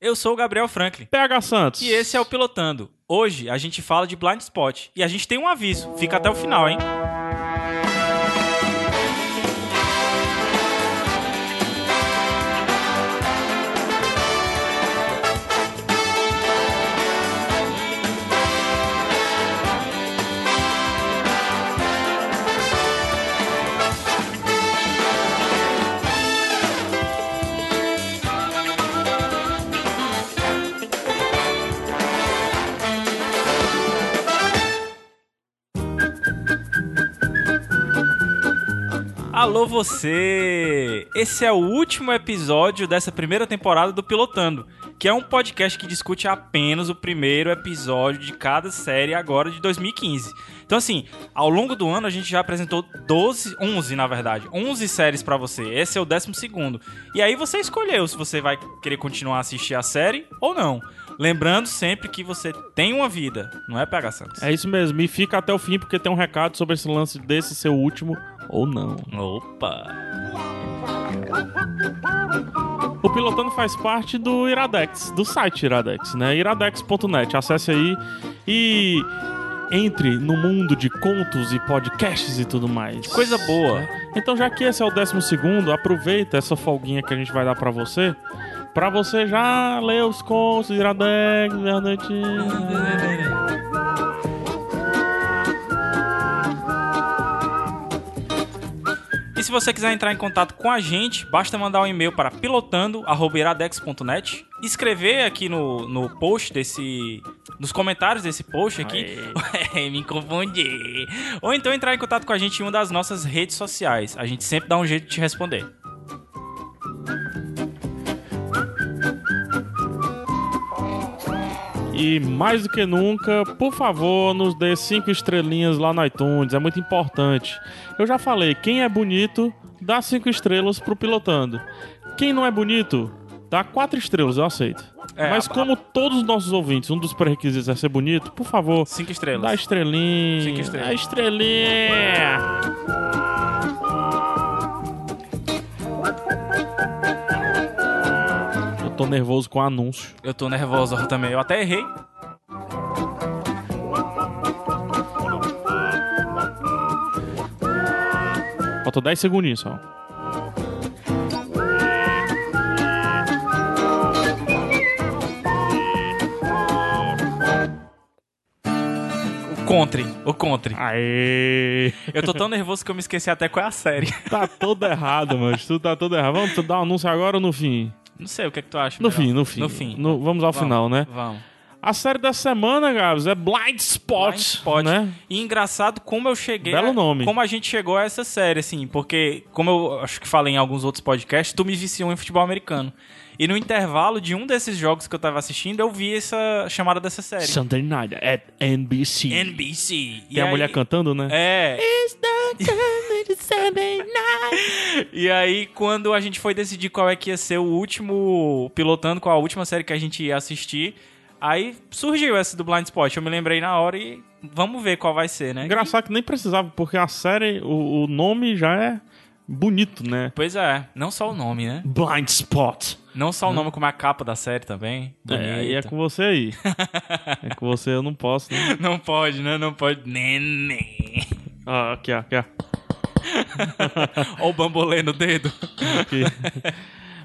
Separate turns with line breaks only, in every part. Eu sou o Gabriel Franklin.
PH Santos.
E esse é o Pilotando. Hoje a gente fala de blind spot e a gente tem um aviso. Fica até o final, hein? Alô você! Esse é o último episódio dessa primeira temporada do Pilotando, que é um podcast que discute apenas o primeiro episódio de cada série agora de 2015. Então assim, ao longo do ano a gente já apresentou 12, 11 na verdade, 11 séries pra você. Esse é o 12º. E aí você escolheu se você vai querer continuar a assistir a série ou não. Lembrando sempre que você tem uma vida, não é PH Santos?
É isso mesmo. E fica até o fim porque tem um recado sobre esse lance desse seu último ou não.
Opa!
O Pilotando faz parte do Iradex, do site Iradex, né? Iradex.net. Acesse aí e entre no mundo de contos e podcasts e tudo mais.
Coisa boa.
Então, já que esse é o 12 segundo, aproveita essa folguinha que a gente vai dar pra você, pra você já ler os contos do Iradex, Iradex.
E se você quiser entrar em contato com a gente, basta mandar um e-mail para pilotando@iradex.net, escrever aqui no, no post desse nos comentários desse post aqui, Ué, me confundi. Ou então entrar em contato com a gente em uma das nossas redes sociais. A gente sempre dá um jeito de te responder.
E mais do que nunca, por favor, nos dê cinco estrelinhas lá no iTunes, é muito importante. Eu já falei, quem é bonito, dá cinco estrelas pro pilotando. Quem não é bonito, dá quatro estrelas, eu aceito.
É,
Mas
a-
como todos os nossos ouvintes, um dos pré-requisitos é ser bonito, por favor,
Cinco
dá
estrelas.
estrelinha.
Cinco estrelas.
Dá estrelinha. Eu tô nervoso com o anúncio.
Eu tô nervosa também. Eu até errei.
Faltou 10 segundinhos só.
O contre, o contre.
Aê!
Eu tô tão nervoso que eu me esqueci até qual é a série.
Tá todo errado, mano. Tudo tá todo errado. Vamos tu dar o anúncio agora ou no fim?
Não sei o que é que tu acha.
No
melhor?
fim, no fim.
No fim.
No- vamos ao
Vamos,
final, né?
Vamos.
A série da semana, Gabs, é Blind Spot.
Blind Spot.
Né?
E engraçado como eu cheguei.
Belo
a-
nome.
Como a gente chegou a essa série, assim, porque, como eu acho que falei em alguns outros podcasts, tu me viciou em futebol americano. E no intervalo de um desses jogos que eu tava assistindo, eu vi essa chamada dessa série.
Sunday Night at NBC.
NBC.
Tem a mulher cantando, né?
É.
Sunday Night.
E aí, quando a gente foi decidir qual é que ia ser o último pilotando, qual a última série que a gente ia assistir, aí surgiu essa do Blind Spot. Eu me lembrei na hora e vamos ver qual vai ser, né?
Engraçado que nem precisava, porque a série, o, o nome já é bonito, né?
Pois é, não só o nome, né?
Blind Spot.
Não só o nome, como a capa da série também.
É, aí é
Bonito.
com você aí. é com você, eu não posso, né?
Não pode, né? Não pode. Neném.
Ah, aqui, ó, aqui, ó.
Olha o bambolê no dedo.
aqui.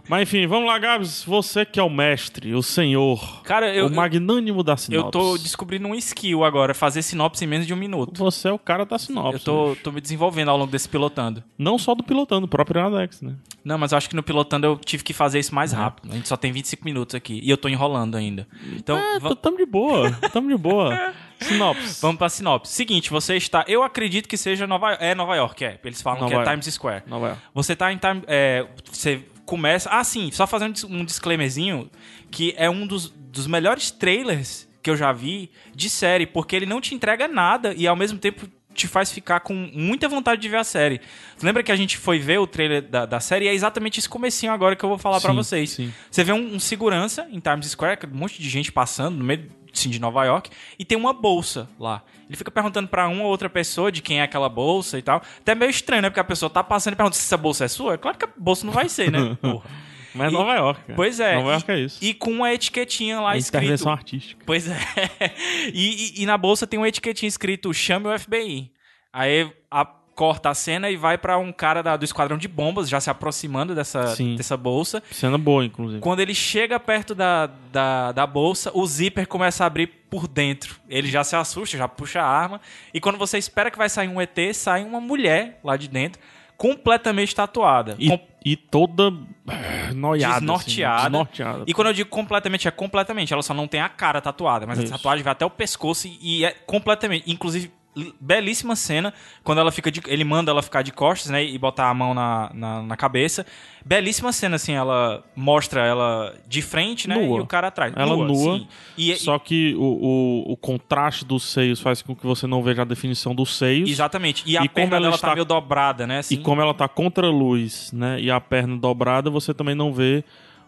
Mas enfim, vamos lá, Gabs. Você que é o mestre, o senhor,
Cara, eu,
o magnânimo da
eu,
sinopse.
eu tô descobrindo um skill agora, fazer sinopse em menos de um minuto.
Você é o cara da sinopse.
Eu tô,
bicho.
tô me desenvolvendo ao longo desse pilotando.
Não só do pilotando, o próprio Iradex, né?
Não, mas eu acho que no pilotando eu tive que fazer isso
Uhum.
mais rápido. A gente só tem 25 minutos aqui e eu tô enrolando ainda. Então,
É,
va-
tô- tamo de boa, tamo de boa. Sinopse.
vamos pra sinopse. Seguinte, você está. Eu acredito que seja Nova É Nova York, é. Eles falam
Nova
que é
York.
Times Square.
Nova York.
Você tá em time. é, você começa. Ah, sim, só fazendo dis- um disclaimerzinho: que é um dos, dos melhores trailers que eu já vi de série, porque ele não te entrega nada e ao mesmo tempo te faz ficar com muita vontade de ver a série. Lembra que a gente foi ver o trailer da, da série e é exatamente esse comecinho agora que eu vou falar pra
Sim,
vocês.
sim.
Você vê um, um segurança em Times Square, um monte de gente passando no meio assim, de Nova York, e tem uma bolsa lá. Ele fica perguntando pra uma ou outra pessoa de quem é aquela bolsa e tal. Até meio estranho, né? Porque a pessoa tá passando e pergunta se essa bolsa é sua. É Claro que a bolsa não vai ser, né? Porra.
Mas
E-
Nova York. cara.
Pois é.
Nova York é isso.
E com uma etiquetinha lá
é
escrito.
intervenção artística.
Pois é. E, e- e na bolsa tem uma etiquetinha escrito chame o FBI. Aí a- corta a cena e vai pra um cara da- do esquadrão de bombas, já se aproximando dessa,
Sim.
dessa bolsa.
Cena boa, inclusive.
Quando ele chega perto da, da, da bolsa, o zíper começa a abrir por dentro. Ele já se assusta, já puxa a arma. E quando você espera que vai sair um ET, sai uma mulher lá de dentro, completamente tatuada.
E,
Com-
e toda é, noiada.
Desnorteada.
Assim, desnorteada.
E quando eu digo completamente, é completamente. Ela só não tem a cara tatuada, mas
Isso.
a tatuagem vai até o pescoço e- e é completamente. Inclusive, l- belíssima cena quando ela fica de, ele manda ela ficar de costas, né, e botar a mão na, na, na cabeça. Belíssima cena assim, ela mostra ela de frente, né,
Nua.
e o cara atrás.
Ela nua,
sim. E, é,
Só que o, o, o contraste dos seios faz com que você não veja a definição dos
e-
seios.
exatamente. E a
E como
perna
ela
dela
está-
tá meio dobrada, né, assim.
E como ela tá contra a luz, né? E a perna dobrada, você também não vê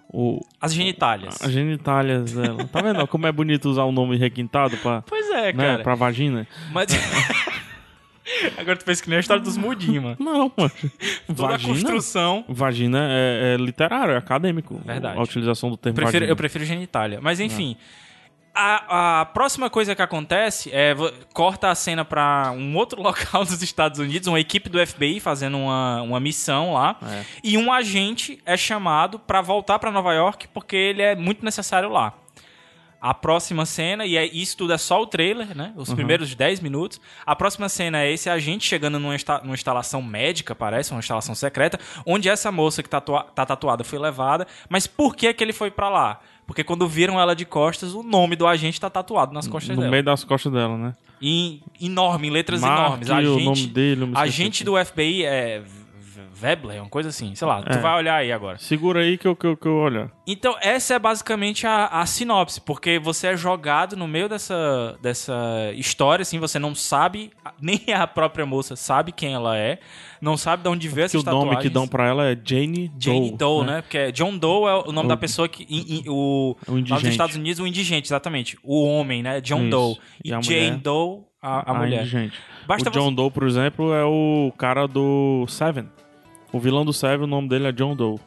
o,
As genitálias.
as genitálias dela. Tá vendo ó, como é bonito usar o nome requintado pra,
Pois é,
né,
cara.
pra vagina?
Mas Agora tu pensa que nem a história dos mudinhos, mano.
Não, mano.
Toda a
Vagina,
construção
vagina é, é literário, é acadêmico.
Verdade.
A utilização do termo
Prefiro-
vagina.
eu prefiro genitália. Mas enfim. A, a próxima coisa que acontece é vo- corta a cena pra um outro local dos Estados Unidos, uma equipe do FBI fazendo uma, uma missão lá,
É.
e um agente é chamado pra voltar pra Nova York porque ele é muito necessário lá. A próxima cena, e é, isso tudo é só o trailer, né?
Uhum.
Os primeiros 10 minutos. A próxima cena é esse agente chegando numa, insta- numa instalação médica, parece, uma instalação secreta, onde essa moça que tatua- tá tatuada foi levada. Mas por que que ele foi pra lá? Porque quando viram ela de costas, o nome do agente tá tatuado nas costas
No
dela.
meio das costas dela, né?
Em, enorme, em letras
Marque
enormes. Agente,
o nome dele. eu me esqueci.
agente do FBI é. V- Vebler, uma coisa assim, sei lá, tu
É.
vai olhar aí agora.
Segura aí que eu, que eu, que eu olho.
Então, essa é basicamente a, a sinopse, porque você é jogado no meio dessa, dessa história, assim, você não sabe, nem a própria moça sabe quem ela é, não sabe de onde veio
Que
essa
o nome que dão pra ela é Jane Doe.
Jane Doe, né? Porque é- John Doe é o nome
O-
da pessoa que. in- in- o, lá nos
O É um indigente.
Estados Unidos, o indigente, exatamente. O homem, né? John
Isso.
Doe. E,
E a
Jane
mulher?
Doe,
Ah,
a, a mulher.
Gente.
Basta
o John Doe, por exemplo, é o cara do Seven. O vilão do Seven, o nome dele é John Doe.
você,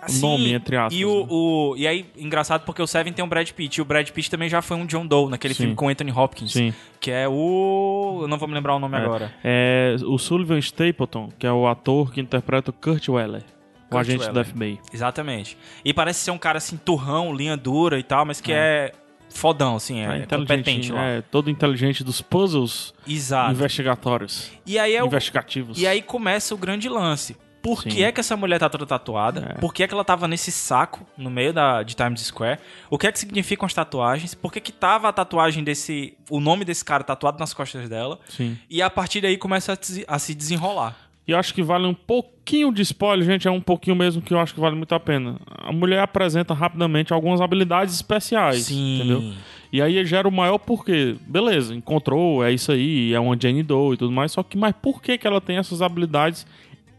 assim,
o nome, entre aspas.
E,
né?
o, o- e aí, engraçado porque o Seven tem um Brad Pitt. E o Brad Pitt também já foi um John Doe naquele
Sim.
filme com Anthony Hopkins.
Sim.
Que é o. Eu não vou me lembrar o nome
É.
agora.
É o Sullivan Stapleton, que é o ator que interpreta o Kurt Weller. o
Kurt
agente
Weller.
da FBI.
Exatamente. E parece ser um cara assim, turrão, linha dura e tal, mas que é, fodão, assim, é, competente
inteligentinho,
lá.
É, todo inteligente dos puzzles
Exato.
investigatórios.
E aí é o-
investigativos.
E aí começa o grande lance. Por
Sim.
que é que essa mulher tá toda tatuada?
É.
Por que é que ela tava nesse saco no meio da, de Times Square? O que é que significam as tatuagens? Por que que tava a tatuagem desse... O nome desse cara tatuado nas costas dela?
Sim.
E a partir daí começa a, des- a se desenrolar.
E eu acho que vale um pouquinho de spoiler, gente. É um pouquinho mesmo que eu acho que vale muito a pena. A mulher apresenta rapidamente algumas habilidades especiais. Entendeu? E aí gera o maior porquê. Beleza, encontrou, é isso aí, é uma Jane Doe e tudo mais. Só que, mas por que, que ela tem essas habilidades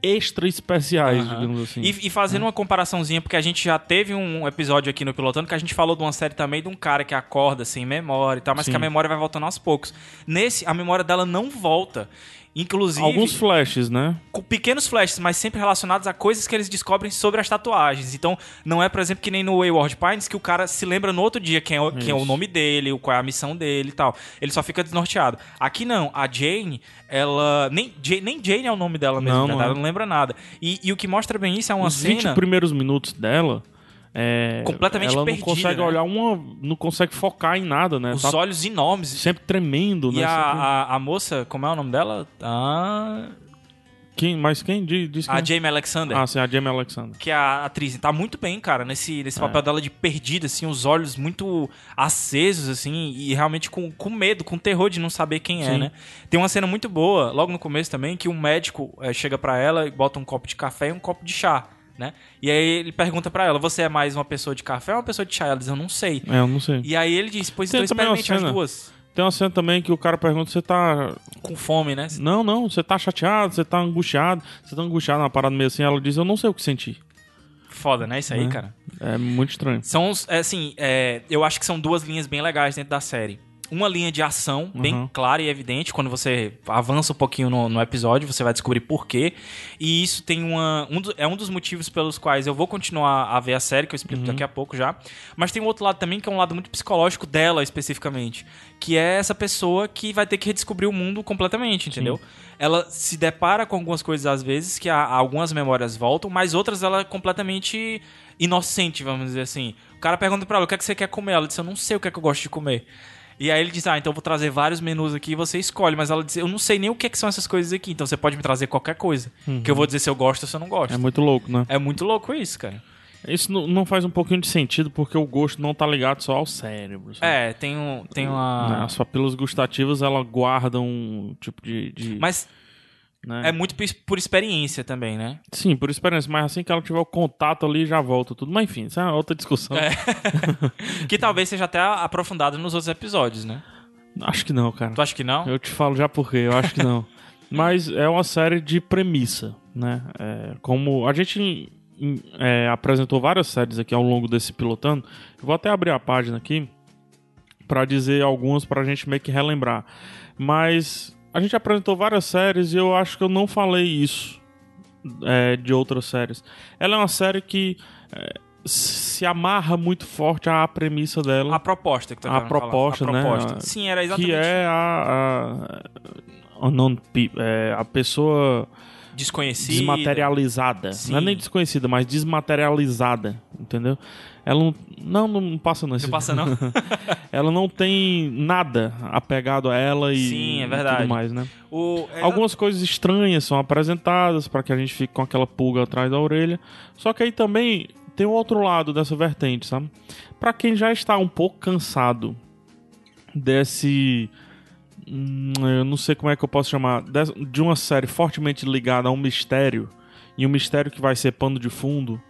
extra especiais,
Aham.
digamos assim?
E, e fazendo uma comparaçãozinha, porque a gente já teve um episódio aqui no Pilotando que a gente falou de uma série também de um cara que acorda sem memória e tal, mas
Sim.
que a memória vai voltando aos poucos. Nesse, a memória dela não volta. Inclusive,
Alguns flashes, né?
com pequenos flashes, mas sempre relacionados a coisas que eles descobrem sobre as tatuagens. Então, não é, por exemplo, que nem no Wayward Pines, que o cara se lembra no outro dia quem é o, quem é o
Isso.
nome dele, o- qual é a missão dele e tal. Ele só fica desnorteado. Aqui não, a Jane, ela. Nem, Ja- nem Jane é o nome dela mesmo,
Não,
né?
não é.
ela não lembra nada. E, e o que mostra bem isso é uma
Os 20
cena.
primeiros minutos dela. É,
Completamente
ela
perdida,
não consegue
né?
olhar uma. Não consegue focar em nada, né?
Os
tá
olhos enormes.
sempre tremendo,
E
né?
a,
Sempre-
a, a moça, como é o nome dela? Ah,
Quem, mas quem? Diz, diz
a
quem?
Jamie Alexander.
Ah, sim, a Jamie Alexander.
que é a atriz tá muito bem, cara, nesse,
É.
nesse papel dela de perdida, assim, os olhos muito acesos, assim, e realmente com, com medo, com terror de não saber quem é,
Sim.
né? Tem uma cena muito boa, logo no começo também, que um médico eh, chega pra ela e bota um copo de café e um copo de chá, né? E aí ele pergunta pra ela, você é mais uma pessoa de café ou uma pessoa de chá? Ela diz, eu não sei.
É, eu não sei.
E aí ele diz, pois
Tem
então
também uma
experimente as
cena.
duas.
Tem uma cena também que o cara pergunta: você tá.
Com fome, né?
Não, não, você tá chateado, você tá angustiado, você tá angustiado na parada meio assim. Ela diz: eu não sei o que senti.
Foda, né? Isso aí,
Né?
cara.
É muito estranho.
São, os- é, assim, é, eu acho que são duas linhas bem legais dentro da série. uma linha de ação bem
Uhum.
clara e evidente. Quando você avança um pouquinho no, no episódio, você vai descobrir por quê. E isso tem uma. um do- é um dos motivos pelos quais eu vou continuar a ver a série, que eu explico daqui a pouco já. Mas tem um outro lado também, que é um lado muito psicológico dela especificamente. Que é essa pessoa que vai ter que redescobrir o mundo completamente, entendeu? Ela se depara com algumas coisas às vezes, que a- algumas memórias voltam, mas outras ela é completamente inocente, vamos dizer assim. O cara pergunta pra ela, o que, é que você quer comer? Ela diz, eu não sei o que é que eu gosto de comer. E aí ele diz, ah, então eu vou trazer vários menus aqui e você escolhe. Mas ela diz, eu não sei nem o que, é que são essas coisas aqui, então você pode me trazer qualquer coisa. Que eu vou dizer se eu gosto ou se eu não gosto.
Uhum. É muito louco, né?
É muito louco isso, cara.
Isso não- não faz um pouquinho de sentido porque o gosto não tá ligado só ao cérebro. sabe?
É, tem, um, tem
Né?
uma...
As papilas gustativas ela guarda um tipo de. de,
Mas
né?
é muito por ex- por experiência também, né?
Sim, por experiência, mas assim que ela tiver o contato ali já volta tudo. Mas enfim, isso é outra discussão.
É. que talvez seja até aprofundado nos outros episódios, né?
Acho que não, cara.
Tu acha que não?
Eu te falo já por quê, eu acho que não. Mas é uma série de premissa, né? É, como a gente em- é, apresentou várias séries aqui ao longo desse pilotando, eu vou até abrir a página aqui pra dizer algumas pra gente meio que relembrar. Mas a gente apresentou várias séries e eu acho que eu não falei isso é, de outras séries. Ela é uma série que é, se amarra muito forte à premissa dela
A proposta que tu tá
A
querendo falar.
proposta, né?
proposta. Sim, era exatamente
que é a a, a, non- pe- é, a pessoa
desconhecida.
desmaterializada,
Sim.
não é nem desconhecida, mas desmaterializada, entendeu? Ela não não, não passa não,
Não
esse-
passa, não?
Ela não tem nada apegado a ela e,
Sim, é
e
verdade.
tudo mais, né?
O- é-
Algumas coisas estranhas são apresentadas para que a gente fique com aquela pulga atrás da orelha. Só que aí também tem o outro lado dessa vertente, sabe? Para quem já está um pouco cansado desse hum, eu não sei como é que eu posso chamar des- de uma série fortemente ligada a um mistério e um mistério que vai ser pano de fundo.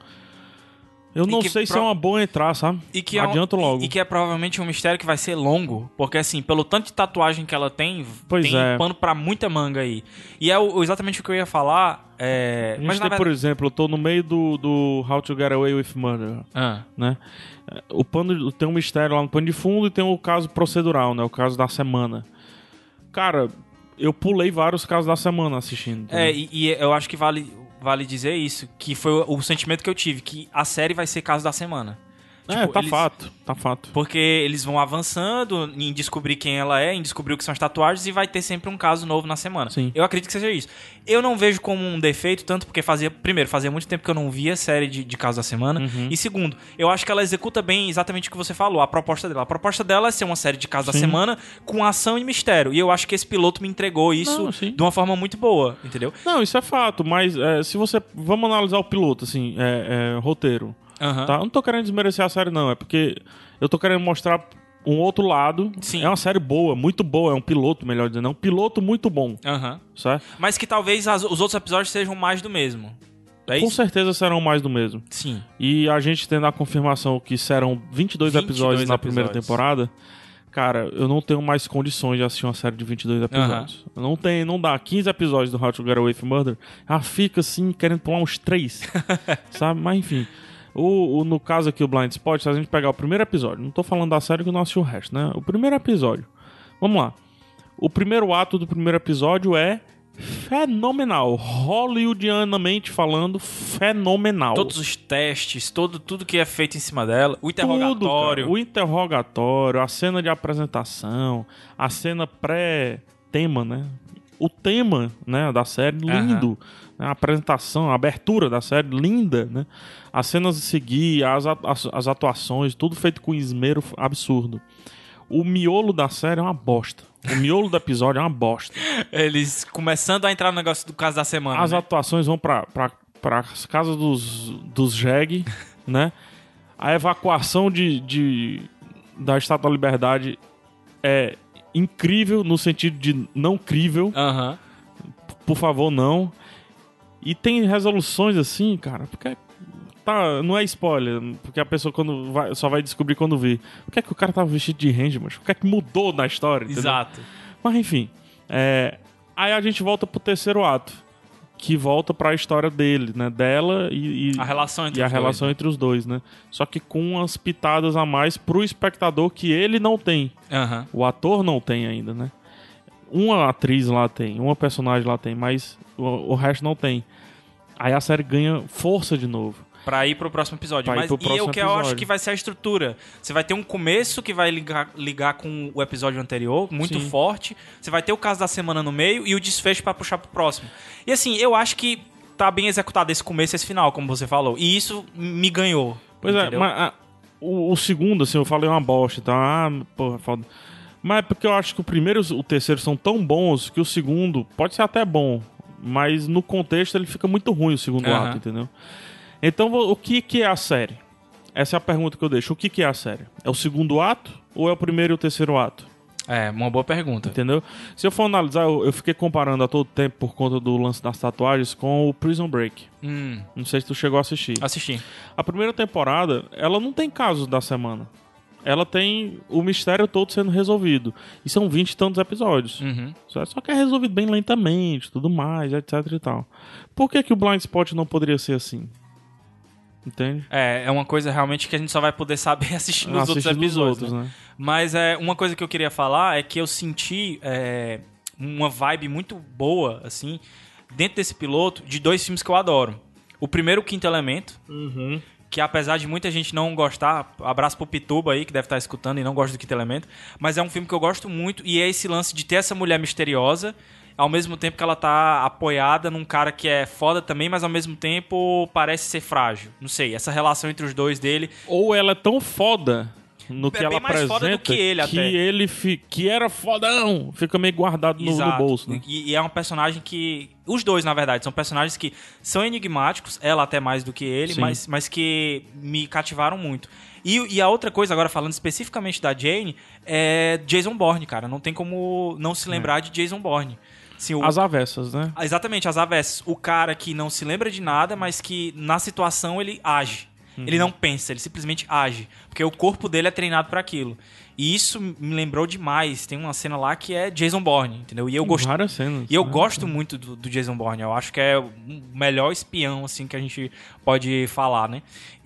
Eu
E
não
que
sei se
pro-
é uma boa entrar, sabe?
E que é um-
Adianto logo.
E que é provavelmente um mistério que vai ser longo. Porque, assim, pelo tanto de tatuagem que ela tem,
Pois
tem
é.
pano pra muita manga aí. E é o- exatamente o que eu ia falar. É...
A gente
Mas na
tem,
verdade.
por exemplo, eu tô no meio do, do How to Get Away with Murder.
Ah,
né? O pano tem um mistério lá no pano de fundo e tem o caso procedural, né? O caso da semana. Cara, eu pulei vários casos da semana assistindo.
É,
né?
e, e eu acho que vale, vale dizer isso. Que foi o, o sentimento que eu tive: que a série vai ser caso da semana.
É,
Tipo,
tá
eles-
fato, tá fato.
Porque eles vão avançando em descobrir quem ela é, em descobrir o que são as tatuagens e vai ter sempre um caso novo na semana.
Sim.
Eu acredito que seja isso. Eu não vejo como um defeito, tanto porque fazia. Primeiro, fazia muito tempo que eu não via série de, de casos da semana.
Uhum.
E segundo, eu acho que ela executa bem exatamente o que você falou, a proposta dela. A proposta dela é ser uma série de casos da
Sim.
semana com ação e mistério. E eu acho que esse piloto me entregou isso
Não, sim.
de uma forma muito boa, entendeu?
Não, isso é fato, mas é, se você. Vamos analisar o piloto, assim, é, é, roteiro.
Aham.
Tá? Eu Não tô querendo desmerecer a série, não. É porque eu tô querendo mostrar um outro lado.
Sim.
É uma série boa, muito boa. É um piloto, melhor dizendo. É um piloto muito bom,
Aham.
certo?
Mas que talvez as- os outros episódios sejam mais do mesmo. É
Com
isso?
certeza serão mais do mesmo.
Sim.
E a gente tendo a confirmação que serão 22,
22
episódios na
episódios.
primeira temporada, cara, eu não tenho mais condições de assistir uma série de 22 episódios. Eu Não tem, não dá. 15 episódios do How to Get Away with Murder, ela fica assim, querendo pular uns 3, sabe? Mas enfim. O, o- no caso aqui, o Blind Spot, se a gente pegar o primeiro episódio, não tô falando da série que eu não assisti o resto, né? O primeiro episódio. Vamos lá. O primeiro ato do primeiro episódio é fenomenal. Hollywoodianamente falando, fenomenal.
Todos os testes, todo, tudo que é feito em cima dela, o interrogatório.
Tudo, cara. o interrogatório, a cena de apresentação, a cena pré-tema, né? O tema né, da série, lindo. né? A apresentação, a abertura da série, linda, né? As cenas a seguir, as, a- as, as atuações, tudo feito com esmero f- absurdo. O miolo da série é uma bosta. O miolo do episódio é uma bosta.
Eles começando a entrar no negócio do caso da semana.
As
né?
atuações vão pra, pra, as casas dos, dos jegue, né? A evacuação de, de- da Estátua da Liberdade é incrível no sentido de não crível,
Aham.
por favor, não. E tem resoluções assim, cara, porque tá, não é spoiler, porque a pessoa quando vai, só vai descobrir quando vir. Por que é que o cara tava vestido de range, mas o que é que mudou na história? entendeu?
Exato.
Mas enfim. é, Aí a gente volta pro terceiro ato. que volta pra história dele, né? Dela e, e-
A relação entre
e a
os dois,
relação entre os dois, né? Só que com umas pitadas a mais pro espectador que ele não tem.
né? Aham.
O ator não tem ainda, né? Uma atriz lá tem, uma personagem lá tem, mas o, o resto não tem. Aí a série ganha força de novo.
Pra ir pro próximo episódio.
Pra ir
Mas e é
pro
o
próximo
que eu acho
episódio.
que vai ser a estrutura. Você vai ter um começo que vai ligar, ligar com o episódio anterior, muito
Sim.
forte. Você vai ter o caso da semana no meio e o desfecho pra puxar pro próximo. E assim, eu acho que tá bem executado esse começo e esse final, como você falou. E isso me ganhou.
Pois é,
entendeu?
mas ah, o, o segundo, assim, eu falei uma bosta, tá? Ah, porra, foda. Mas é porque eu acho que o primeiro e o terceiro são tão bons que o segundo pode ser até bom, mas no contexto ele fica muito ruim o segundo
Aham.
ato, entendeu? Então, vo- o que, que é a série? Essa é a pergunta que eu deixo. O que, que é a série? É o segundo ato ou é o primeiro e o terceiro ato?
É, uma boa pergunta.
Entendeu? Se eu for analisar, eu, eu fiquei comparando a todo tempo por conta do lance das tatuagens com o Prison Break.
Hum,
Não sei se tu chegou a assistir.
assisti.
A primeira temporada, ela não tem casos da semana. Ela tem o mistério todo sendo resolvido. E são 20 e tantos episódios.
Uhum.
Só- Só que é resolvido bem lentamente, tudo mais, etc e tal. Por que, que o Blind Spot não poderia ser assim? Entende?
É, é uma coisa realmente que a gente só vai poder saber assistindo os outros
Assistindo os
episódios. né?
outros, né?
Mas é, uma coisa que eu queria falar é que eu senti é, uma vibe muito boa, assim, dentro desse piloto, de dois filmes que eu adoro. O primeiro, o Quinto Elemento, que apesar de muita gente não gostar, abraço pro Pituba aí, que deve estar escutando e não gosta do Quinto Elemento, mas é um filme que eu gosto muito e é esse lance de ter essa mulher misteriosa, ao mesmo tempo que ela tá apoiada num cara que é foda também, mas ao mesmo tempo parece ser frágil. Não sei, essa relação entre os dois dele
Ou ela é tão foda no que
É bem
ela
mais
apresenta
foda do que ele, até.
ele fi- que era fodão fica meio guardado no, no
Exato.
bolso, né?
E, e é um personagem que. Os dois, na verdade, são personagens que são enigmáticos, ela até mais do que ele,
Sim.
mas, mas que me cativaram muito. E, e a outra coisa, agora falando especificamente da Jane, é Jason Bourne, cara. Não tem como não
É.
se lembrar de Jason Bourne. Assim, o-
As avessas, né?
Ah, Exatamente, as avessas. O cara que não se lembra de nada, mas que na situação ele age. Ele não pensa, ele simplesmente age. Porque o corpo dele é treinado pra aquilo. E isso me lembrou demais. Tem uma cena lá que é Jason Bourne, entendeu? E eu gostei.
Várias cenas.
E eu
né?
gosto muito do, do Jason Bourne. Eu acho que é o melhor espião, assim, que a gente pode falar, né?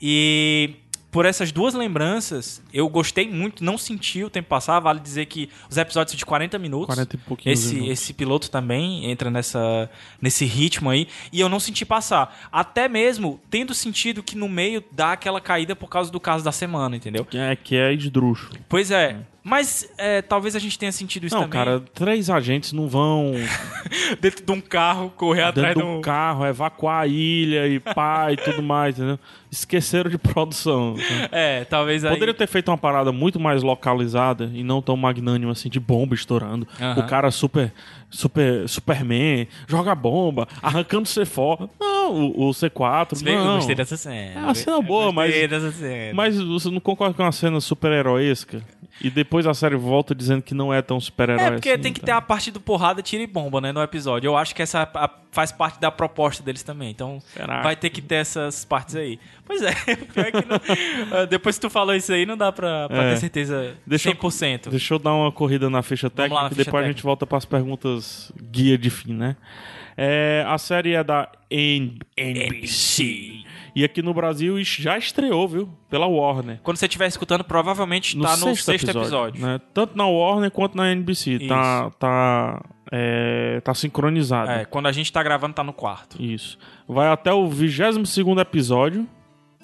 E por essas duas lembranças, eu gostei muito. Não senti o tempo passar. Vale dizer que os episódios são de 40 minutos.
40 e né? pouquinho.
Esse, esse piloto também entra nessa, nesse ritmo aí. E eu não senti passar. Até mesmo tendo sentido que no meio dá aquela caída por causa do caso da semana, entendeu?
Que é, que é esdrúxulo.
Pois é. Mas é, talvez a gente tenha sentido isso
Hum. Não,
também.
cara, três agentes não vão
Dentro de um carro, correr atrás
dentro
de
do
um...
carro evacuar a ilha e pá e tudo mais, entendeu? Esqueceram de produção.
É, talvez aí...
Poderia ter feito uma parada muito mais localizada e não tão magnânima assim, de bomba estourando.
Aham.
O cara super, super, Superman, joga bomba, arrancando o C4. Não, o, o C4.
Se bem que eu
não.
gostei dessa cena.
É uma cena boa,
Eu Gostei
mas-
dessa cena.
Mas você não concorda que é uma cena super-heroesca? E depois a série volta dizendo que não é tão super-herói
É, porque
assim,
tem que
tá?
ter a parte do porrada, tira e bomba, né, no episódio. Eu acho que essa a- faz parte da proposta deles também. Então,
Será?
vai ter que ter essas partes aí. Pois é, pior que não- Ah, depois que tu falou isso aí, não dá pra, pra
É.
ter certeza
Deixa eu-
100%.
Deixa eu dar uma corrida na ficha
Vamos
técnica
lá na
e
ficha
depois a gente volta para as perguntas guia de fim, né? É, a série é da N-
É,
NBC. E aqui no Brasil isso já estreou, viu? Pela Warner.
Quando você estiver escutando, provavelmente tá no sexto, episódio.
né? Tanto na Warner quanto na NBC. Tá, tá, é, tá sincronizado.
É, quando a gente tá gravando, tá no quarto.
Isso. Vai até o 22 episódio.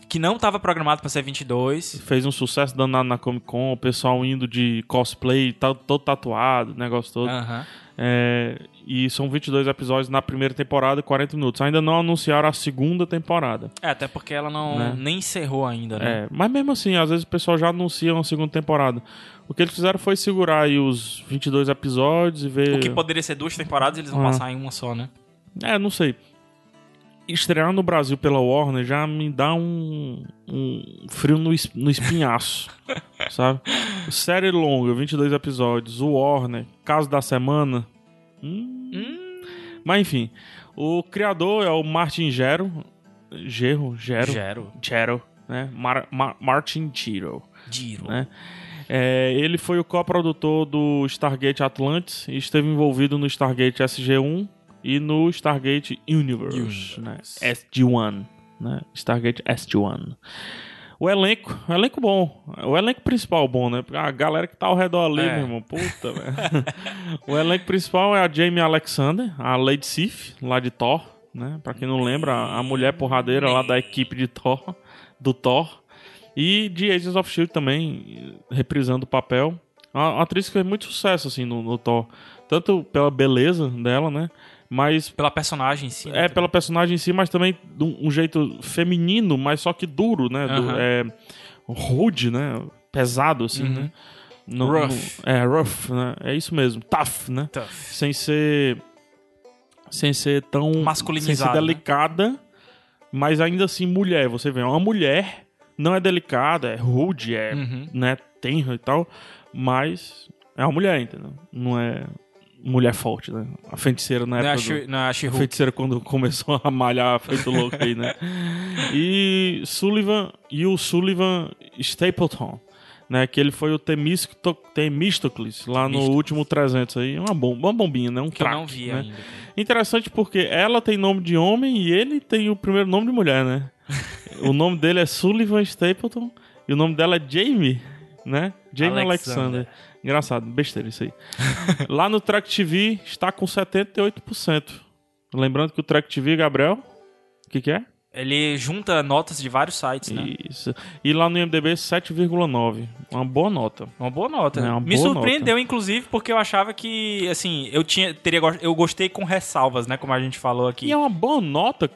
Que não tava programado pra ser 22.
Fez um sucesso danado na Comic Con. O pessoal indo de cosplay, tá, todo tatuado, negócio todo.
Aham.
É, e são 22 episódios na primeira temporada, 40 minutos. Ainda não anunciaram a segunda temporada.
É, até porque ela não
Né?
nem encerrou ainda, né?
É, mas mesmo assim, às vezes o pessoal já anuncia uma segunda temporada. O que eles fizeram foi segurar aí os 22 episódios e ver.
O que poderia ser duas temporadas, eles vão
Ah.
passar em uma só, né?
É, não sei. Estrear no Brasil pela Warner já me dá um, um frio no, es- no espinhaço, sabe? Série longa, 22 episódios. O Warner, caso da semana. Hum. Mas enfim, o criador é o Martin Gero. Gerro? Gero?
Gero.
Gero, né? Mar- Mar- Martin Gero.
Giro.
Né? É, ele foi o coprodutor do Stargate Atlantis e esteve envolvido no Stargate SG-1 e no Stargate Universe, Né? SG-1, né? Stargate SG-1. O elenco, o elenco bom. O elenco principal bom, né? Porque A galera que tá ao redor ali,
É.
meu irmão, puta, velho. o elenco principal é a Jamie Alexander, a Lady Sif, lá de Thor, né? Pra quem não lembra, a mulher porradeira lá da equipe de Thor, do Thor. E de Agents of S.H.I.E.L.D. também, reprisando o papel. Uma uma atriz que fez muito sucesso, assim, no, no Thor. Tanto pela beleza dela, né? Mas
Pela personagem em si. né,
é
também.
pela personagem em si, mas também de um, um jeito feminino, mas só que duro, né? Du-
Aham.
é, rude, né? Pesado, assim, né? No- no-
Uhum. Rough.
é, rough, né? É isso mesmo. Tough, né?
Tough.
Sem ser. Sem ser tão. Sem ser
Masculinizada, né?
delicada, mas ainda assim, mulher. Você vê, uma mulher não é delicada, é rude, é
Uhum.
né, tenra e tal, mas é uma mulher, entendeu? Não é mulher forte, né? A feiticeira na
Não é
época
a
do-
She- não é a
a
She-Hulk.
feiticeira quando começou a malhar feito louco aí, né? E Sullivan e o Sullivan Stapleton, né? Que ele foi o Temisto, Temistocles lá no
Temístocles.
último 300 aí. Uma, bomba, uma bombinha, né? Um
Que eu não
craque,
vi
né?
ainda.
Interessante porque ela tem nome de homem e ele tem o primeiro nome de mulher, né? o nome dele é Sullivan Stapleton e o nome dela é Jamie, né? Jamie Alexander.
Alexander.
Engraçado, besteira isso aí. Lá no Track TV está com 78%. Lembrando que o Track TV, Gabriel, o que, que é?
Ele junta notas de vários sites, né?
Isso. E lá no IMDB 7,9. Uma boa nota.
Uma boa nota.
É uma
Me
boa
surpreendeu, inclusive, porque eu achava que, assim, eu tinha, teria, go- eu gostei com ressalvas, né? Como a gente falou aqui.
E é uma boa nota,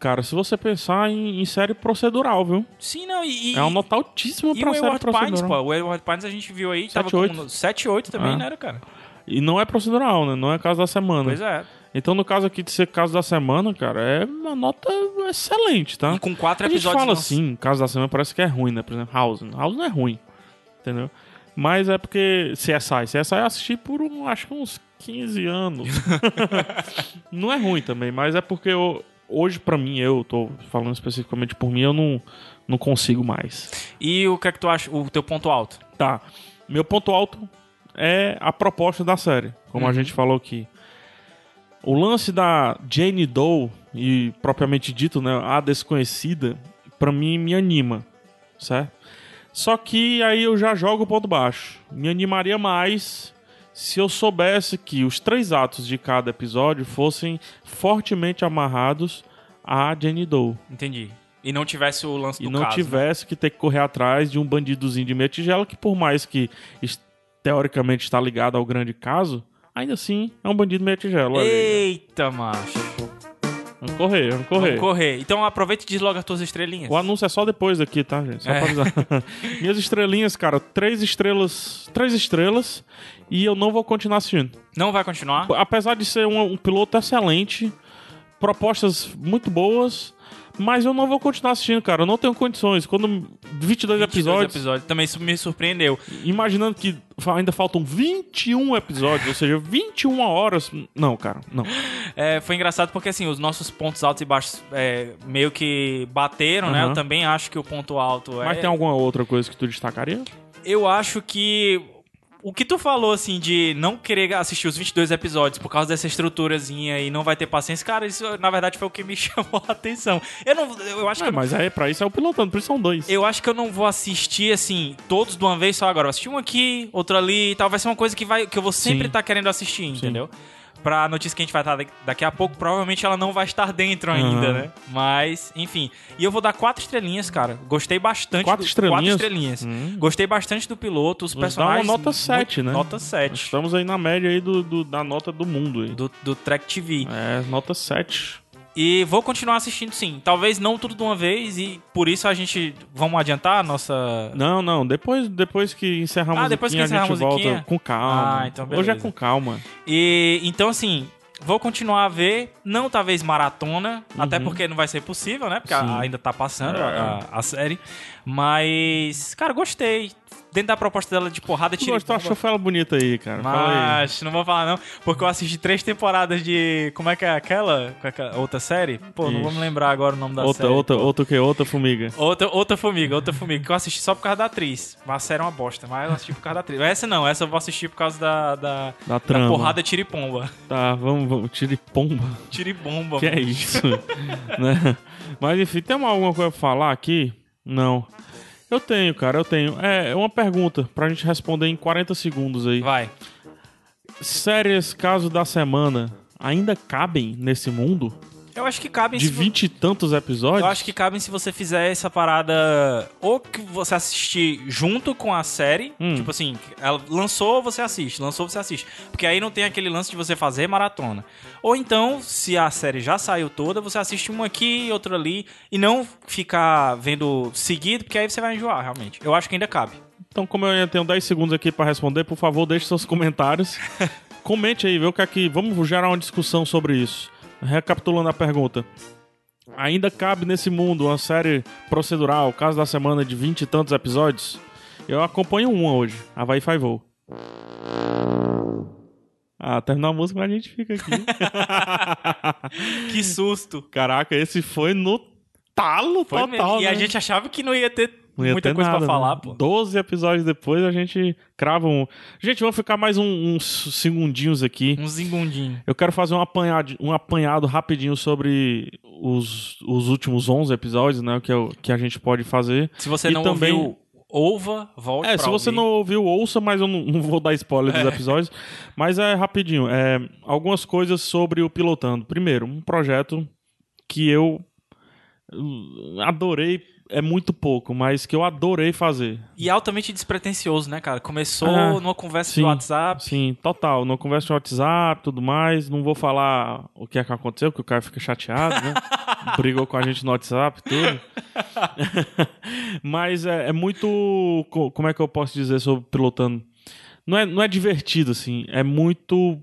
cara, se você pensar em, em série procedural, viu?
Sim, não, e... e-
É uma nota altíssima
E
pra né?
o
série
Edward
procedural.
Pines, pô. O Edward Pines a gente viu aí, tava
7,8.
com 7,8 também,
Ah.
não era, cara?
E não é procedural, né? Não é caso da semana.
Pois é.
Então, no caso aqui de ser caso da semana, cara, é uma nota excelente, tá?
E com quatro
a gente
episódios.
fala
não-
assim, caso da semana parece que é ruim, né? Por exemplo, House. House não é ruim, entendeu? Mas é porque CSI. CSI eu assisti por, um, acho que uns 15 anos. não é ruim também, mas é porque eu- hoje, pra mim, eu tô falando especificamente por mim, eu não, não consigo mais.
E o que é que tu acha? O teu ponto alto?
Tá. Meu ponto alto é a proposta da série, como a gente falou aqui. O lance da Jane Doe e propriamente dito, né, a desconhecida, pra mim me anima, certo? Só que aí eu já jogo o ponto baixo. Me animaria mais se eu soubesse que os três atos de cada episódio fossem fortemente amarrados à Jane Doe
Entendi. E não tivesse o lance
e
do
não
caso. né?
tivesse que ter que correr atrás de um bandidozinho de meia tigela que por mais que es- teoricamente está ligado ao grande caso, ainda assim é um bandido meia tigela. olha aí.
Eita, macho.
Vamos correr, vamos correr.
Vamos correr. Então aproveita e desloga as tuas estrelinhas.
O anúncio é só depois daqui, tá, gente? Só pra
É.
avisar. Minhas estrelinhas, cara, três estrelas, três estrelas, e eu não vou continuar assistindo.
Não vai continuar?
Apesar de ser um, um piloto excelente, propostas muito boas, mas eu não vou continuar assistindo, cara. Eu não tenho condições. Quando 22
22
episódios,
episódios. Também isso me surpreendeu.
Imaginando que fa- ainda faltam 21 episódios, ou seja, 21 horas. Não, cara, não.
É, foi engraçado porque, assim, os nossos pontos altos e baixos é, meio que bateram, né?
Aham.
Eu também acho que o ponto alto é...
Mas tem um alguma outra coisa que tu destacaria?
Eu acho que... O que tu falou, assim, de não querer assistir os 22 episódios por causa dessa estruturazinha e não vai ter paciência, cara, isso na verdade foi o que me chamou a atenção. Eu não... Eu acho
É,
que...
mas aí pra isso é o pilotando, por isso são dois.
Eu acho que eu não vou assistir, assim, todos de uma vez só agora. Eu assisti um aqui, outro ali e tal. Vai ser uma coisa que, vai, que eu vou sempre
Sim.
estar querendo assistir, entendeu? Pra notícia que a gente vai estar da- daqui a pouco, provavelmente ela não vai estar dentro ainda,
Aham.
né? Mas, enfim. E eu vou dar quatro estrelinhas, cara. Gostei bastante.
Quatro
do,
estrelinhas?
Quatro estrelinhas.
Hum.
Gostei bastante do piloto, os
Nos dá
personagens.
uma nota
muito-
sete, né?
Nota 7.
Estamos aí na média aí do, do- da nota do mundo aí.
Do, do Track TV.
um- É, nota 7.
E vou continuar assistindo, sim. Talvez não tudo de uma vez, e por isso a gente. Vamos adiantar a nossa.
Não, não, depois, depois que encerrar a
Ah, depois que
musiquinha,
encerrar
a
a
gente volta
musiquinha?
com calma.
Ah, então
Hoje é
beleza.
com calma.
E então assim, vou continuar a ver, não talvez maratona, até porque não vai ser possível, né? Porque
Uhum. Sim.
ainda tá passando
É.
a, a série. Mas, cara, gostei. dentro da proposta dela de porrada,
Tu
tira e
gostou,
bomba.
achou ela bonita aí, cara. Fala aí.
Mas não vou falar não, porque eu assisti três temporadas de... Como é que é aquela? Com aquela outra série? Pô, não vou
Ixi.
me lembrar agora o nome da
Outra,
série.
outra, outra o quê? Outra formiga.
Outra, outra formiga, outra formiga, que eu assisti só por causa da atriz. Mas A série é uma bosta, mas eu assisti por causa da atriz. Essa não, essa eu vou assistir por causa da, da,
Da
da
trama.
porrada tiripomba.
Tá, vamos, vamos. Tire pomba.
Tiribomba,
Que
mano.
é isso? né? Mas enfim, tem alguma coisa pra falar aqui? Não. Eu tenho, cara, eu tenho. É uma pergunta pra gente responder em 40 segundos aí.
Vai.
Séries caso da semana ainda cabem nesse mundo?
Eu acho que cabe
De
se vo-
vinte e tantos episódios?
Eu acho que cabem se você fizer essa parada ou que você assistir junto com a série,
Hum.
tipo assim, ela lançou, você assiste, lançou, você assiste. Porque aí não tem aquele lance de você fazer maratona. Ou então, se a série já saiu toda, você assiste uma aqui, outra ali e não ficar vendo seguido, porque aí você vai enjoar, realmente. Eu acho que ainda cabe.
Então, como eu ainda tenho 10 segundos aqui pra responder, por favor, deixe seus comentários. Comente aí, vê o que aqui. Vamos gerar uma discussão sobre isso. Recapitulando a pergunta. Ainda cabe nesse mundo uma série procedural, caso da semana de 20 e tantos episódios? Eu acompanho uma hoje, Havaí Five-O. Ah, terminar a música, mas a gente fica aqui.
Que susto.
Caraca, esse foi no talo
Foi
total,
mesmo. E a
né?
gente achava que não ia ter
Não ia
muita
ter
coisa
nada,
pra
né?
falar, pô.
12 episódios depois a gente crava um. Gente, vamos ficar mais um- uns segundinhos aqui.
Um zingundinho.
Eu quero fazer um apanhado, um apanhado rapidinho sobre os, os últimos 11 episódios, né? Que, é o, que a gente pode fazer.
Se você
E
não
também-
ouviu, ouva, volte pra
é,
É.
se você
ouvir.
não ouviu, ouça, mas eu não, não vou dar spoiler dos episódios. Mas é rapidinho. É, algumas coisas sobre o Pilotando. Primeiro, um projeto que eu uh, adorei. É muito pouco, mas que eu adorei fazer.
E é altamente despretensioso, né, cara? Começou
Ah,
numa conversa
sim,
do WhatsApp.
Sim, total. Não conversa no WhatsApp, tudo mais. Não vou falar o que é que aconteceu, que o cara fica chateado, né? Brigou com a gente no WhatsApp, tudo. Mas é, é muito. co- Como é que eu posso dizer sobre pilotando? Não é, não é divertido, assim. É muito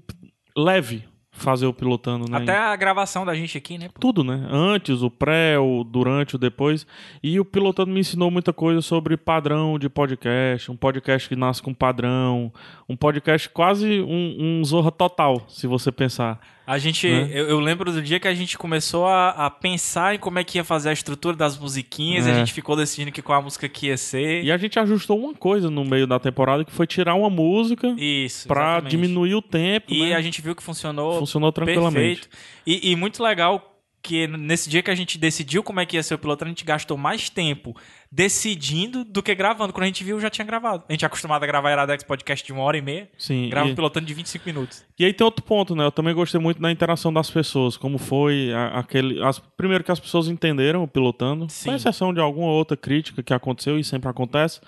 leve fazer o pilotando, né?
Até a gravação da gente aqui, né? pô?
tudo, né? Antes, o pré, o durante, o depois. E o pilotando me ensinou muita coisa sobre padrão de podcast, um podcast que nasce com padrão, um podcast quase um, um zorra total, se você pensar.
A gente.
Né?
Eu, eu lembro do dia que a gente começou a, a pensar em como é que ia fazer a estrutura das musiquinhas, e a
É.
gente ficou decidindo que qual a música que ia ser.
E a gente ajustou uma coisa no meio da temporada que foi tirar uma música
Isso.
pra
exatamente.
diminuir o tempo,
E
né?
a gente viu que funcionou
Funcionou tranquilamente.
perfeito. E, e muito legal que nesse dia que a gente decidiu como é que ia ser o piloto, a gente gastou mais tempo decidindo do que gravando. Quando a gente viu, já tinha gravado. A gente é acostumado a gravar Iradex Podcast de uma hora e meia.
Sim.
Grava
e-
um pilotando de 25 minutos.
E aí tem outro ponto, né? Eu também gostei muito da interação das pessoas, como foi a- aquele. as- primeiro que as pessoas entenderam o pilotando,
Sim.
com exceção de alguma outra crítica que aconteceu e sempre acontece.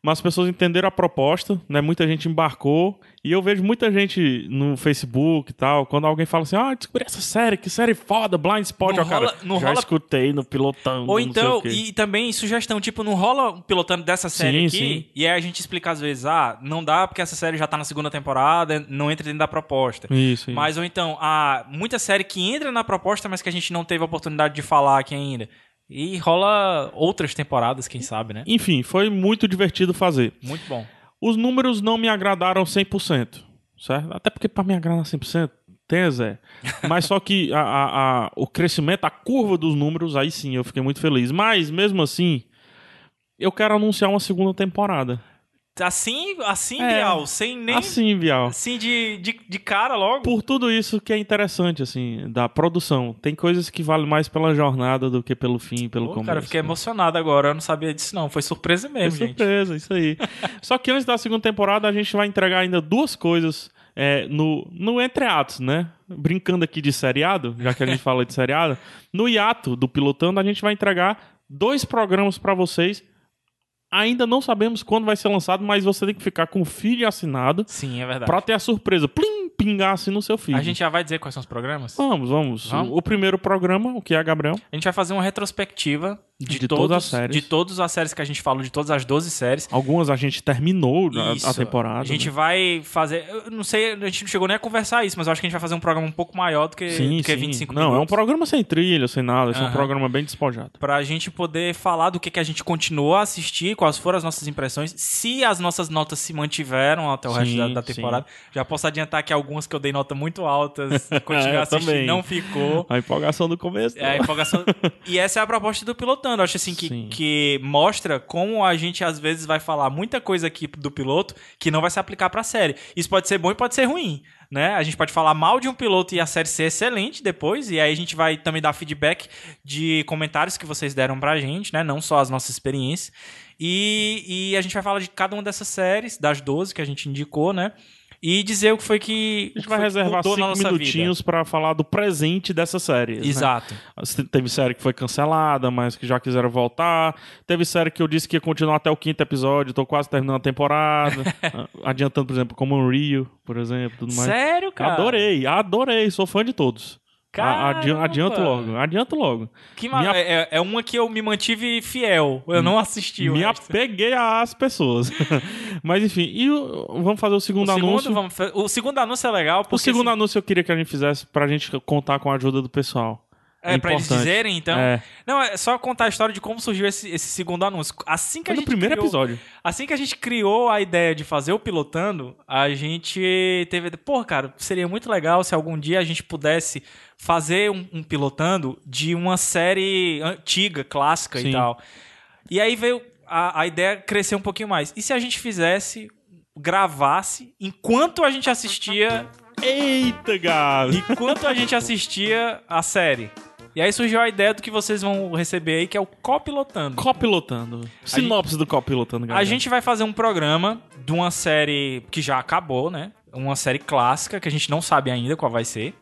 Mas as pessoas entenderam a proposta, né? Muita gente embarcou. E eu vejo muita gente no Facebook e tal, quando alguém fala assim, ah, descobri essa série, que série foda, Blind Spot,
Não
ó, cara.
rola- não
já
rola-
escutei no pilotando.
Ou
não
então,
sei o quê.
e também sugestão, tipo, não rola um pilotando dessa série
Sim,
aqui,
sim.
e aí a gente explica às vezes, ah, não dá porque essa série já tá na segunda temporada, não entra dentro da proposta.
Isso, isso.
Mas ou então, ah, muita série que entra na proposta, mas que a gente não teve a oportunidade de falar aqui ainda. E rola outras temporadas, quem sabe, né?
Enfim, foi muito divertido fazer.
Muito bom.
Os números não me agradaram 100%, certo? Até porque para me agradar 100%, tem Zé. Mas só que a- a- a- o crescimento, a curva dos números, aí sim eu fiquei muito feliz. Mas mesmo assim, eu quero anunciar uma segunda temporada.
Assim, assim,
É.
Bial, sem nem. Assim,
Assim, Bial.
de, de, de cara logo.
Por tudo isso que é interessante, assim, da produção. Tem coisas que valem mais pela jornada do que pelo fim, pelo
Pô,
começo.
cara, eu fiquei
né?
emocionado agora. Eu não sabia disso, não. Foi surpresa
É
mesmo, gente.
surpresa, isso aí. Só que antes da segunda temporada, a gente vai entregar ainda duas coisas é, no, no Entre Atos, né? Brincando aqui de seriado, já que a gente fala de seriado, no hiato do Pilotando, a gente vai entregar dois programas pra vocês. Ainda não sabemos quando vai ser lançado, mas você tem que ficar com o feed assinado
Sim, é verdade.
pra ter a surpresa. Plim, pingar assim no seu feed.
A gente já vai dizer quais são os programas?
Vamos, vamos.
Vamos?
O primeiro programa, o que é, Gabriel?
A gente vai fazer uma retrospectiva De,
De
todos,
todas as séries.
De todas as séries que a gente falou, de todas as 12 séries.
Algumas a gente terminou a-
Isso.
a temporada.
A gente
né?
vai fazer. Eu não sei, a gente não chegou nem a conversar isso, mas eu acho que a gente vai fazer um programa um pouco maior do que,
Sim,
do que
sim.
25
Não, é um
minutos.
programa sem trilha, sem nada. Esse é um
Aham.
programa bem despojado.
Pra gente poder falar do que, que a gente continuou a assistir, quais foram as nossas impressões, se as nossas notas se mantiveram até o resto
Sim,
da, da
sim.
temporada. Já posso adiantar que algumas que eu dei nota muito altas, continuei
É, Eu
a assistir,
também.
não ficou.
A empolgação do começo.
É, a empolgação. e essa é a proposta do pilotando. Eu acho assim que,
Sim.
que mostra como a gente às vezes vai falar muita coisa aqui do piloto que não vai se aplicar pra série. Isso pode ser bom e pode ser ruim, né? A gente pode falar mal de um piloto e a série ser excelente depois, e aí a gente vai também dar feedback de comentários que vocês deram pra gente, né? Não só as nossas experiências. E, e a gente vai falar de cada uma dessas séries, das 12 que a gente indicou, né? E dizer o que foi que.
A
o
gente
que foi
vai
que
reservar
mudou na
cinco
nossa vida.
minutinhos né? pra falar do presente dessa série.
Exato.
Teve série que foi cancelada, mas que já quiseram voltar. Teve série que eu disse que ia continuar até o quinto episódio, tô quase terminando a temporada. Ah, Adiantando, por exemplo, Common Rio, por exemplo, tudo mais.
Sério, cara?
Adorei, adorei, sou fã de todos. A- adi-
Caramba!
Adianto logo, adianto logo.
Que ma-
Me ap-
é, é uma que eu me mantive fiel. Eu não assisti o
Me
resto.
apeguei às pessoas. Mas enfim, e o- vamos fazer o
O
segundo
segundo,
anúncio.
vamos fa- o segundo anúncio é legal. Porque
O segundo
assim,
anúncio eu queria que a gente fizesse pra gente contar com a ajuda do pessoal.
é, pra eles
importante.
dizerem, então.
é,
Não, é só contar a história de como surgiu esse, esse segundo anúncio. Assim que
foi
a
no
gente
primeiro
criou,
episódio.
Assim que a gente criou a ideia de fazer o pilotando, a gente teve. Pô, cara, seria muito legal se algum dia a gente pudesse fazer um, um pilotando de uma série antiga, clássica e
Sim.
tal. E aí veio a, a ideia crescer um pouquinho mais. E se a gente fizesse, gravasse, enquanto a gente assistia.
Eita, Gabi!
Enquanto a gente assistia a série. E aí surgiu a ideia do que vocês vão receber aí, que é o copilotando.
Copilotando. Sinopse do copilotando, galera.
A gente vai fazer um programa de uma série que já acabou, né? Uma série clássica que a gente não sabe ainda qual vai ser.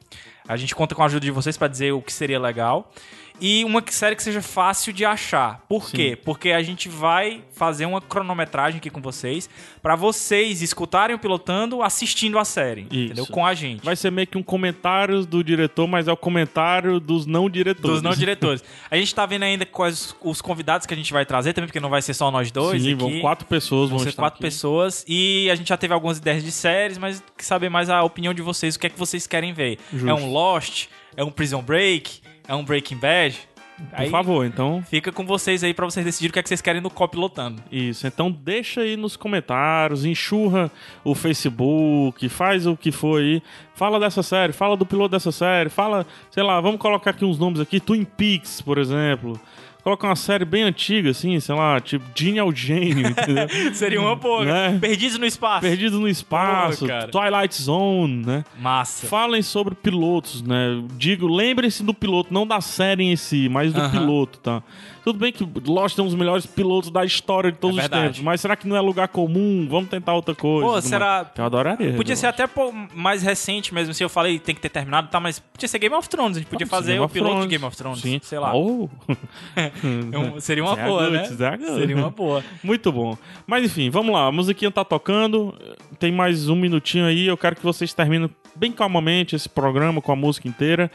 A gente conta com a ajuda de vocês pra dizer o que seria legal. E uma que- série que seja fácil de achar. Por
Sim.
quê? Porque a gente vai fazer uma cronometragem aqui com vocês pra vocês escutarem o pilotando assistindo a série, entendeu?
Isso.
Com a gente.
Vai ser meio que um comentário do diretor, mas é o comentário dos não diretores.
Dos não diretores. A gente tá vendo ainda quais os convidados que a gente vai trazer também, porque não vai ser só nós dois.
Sim,
aqui.
vão quatro pessoas
Vão
vão
ser
estar
quatro
aqui.
pessoas. E a gente já teve algumas ideias de séries, mas que saber mais a opinião de vocês, o que é que vocês querem ver.
Justo.
É um Lost? É um Prison Break? É um Breaking Bad?
Por
Aí
favor, então.
Fica com vocês aí pra vocês decidirem o que é que vocês querem no copilotando.
Isso, então deixa aí nos comentários, enxurra o Facebook, faz o que for aí, fala dessa série, fala do piloto dessa série, fala, sei lá, vamos colocar aqui uns nomes aqui, Twin Peaks, por exemplo. Coloca uma série bem antiga, assim, sei lá, tipo Gene ao Gênio, entendeu?
Seria uma boa.
Né?
Perdidos no espaço.
Perdido no Espaço,
Boa, cara.
Twilight Zone, né?
Massa.
Falem sobre pilotos, né? Digo, lembrem-se do piloto, não da série em si, mas do
Aham.
piloto, tá? Tudo bem que Lost tem um dos melhores pilotos da história de todos
É
os
verdade.
tempos, mas será que não é lugar comum? Vamos tentar outra coisa.
Pô,
tudo
será-
mais. Eu adoraria.
Podia
eu
ser até pô, mais recente mesmo, se eu falei tem que ter terminado, tá? Mas podia ser Game of Thrones, a gente podia
acho.
fazer
Game
o
of
piloto de
Thrones.
Game of Thrones.
Sim.
Sei lá.
Oh.
É um- seria uma
Zé
boa, né?
Agut, Zé Agut.
Seria uma boa.
Muito bom. Mas enfim, vamos lá. A musiquinha tá tocando. Tem mais um minutinho aí. Eu quero que vocês terminem bem calmamente esse programa com a música inteira.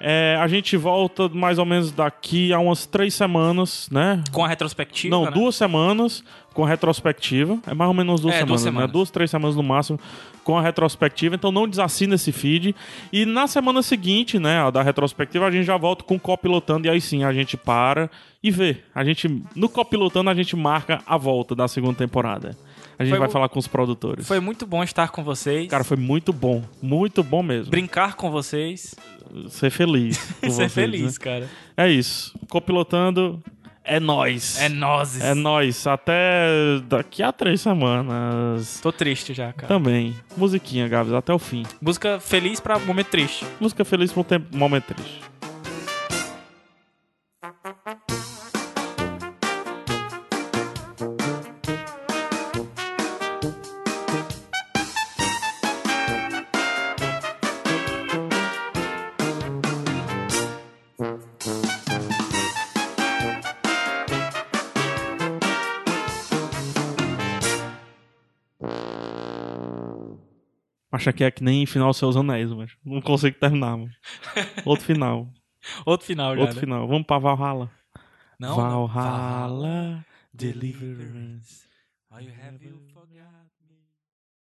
É, a gente volta mais ou menos daqui a umas três semanas, né?
Com a retrospectiva.
Não,
né?
duas semanas com a retrospectiva. É mais ou menos duas
É,
semanas,
duas
né?
semanas.
Duas, três semanas no máximo com a retrospectiva. Então não desassina esse feed. E na semana seguinte, né, a da retrospectiva, a gente já volta com o copilotando. E aí sim, a gente para e vê. A gente, no copilotando, a gente marca a volta da segunda temporada. A gente
Foi
vai
mu-
falar com os produtores.
Foi muito bom estar com vocês.
Cara, foi muito bom. Muito bom mesmo.
brincar com vocês
Ser feliz. com
e ser
vocês,
feliz, cara.
né? É isso. Copilotando é nóis.
É nozes.
É nóis, até daqui a três semanas.
Tô triste já, cara.
Também. Musiquinha, Gabs, até o fim.
Música feliz pra momento triste.
Música feliz por um tempo, momento triste. Acha que é que nem final Seus Anéis, mas não consigo terminar, mano. Outro final.
Outro final já,
outro
né?
final. Vamos pra Valhalla.
Não, não.
Valhalla Deliverance.
Deliverance. Are you have you forgotten?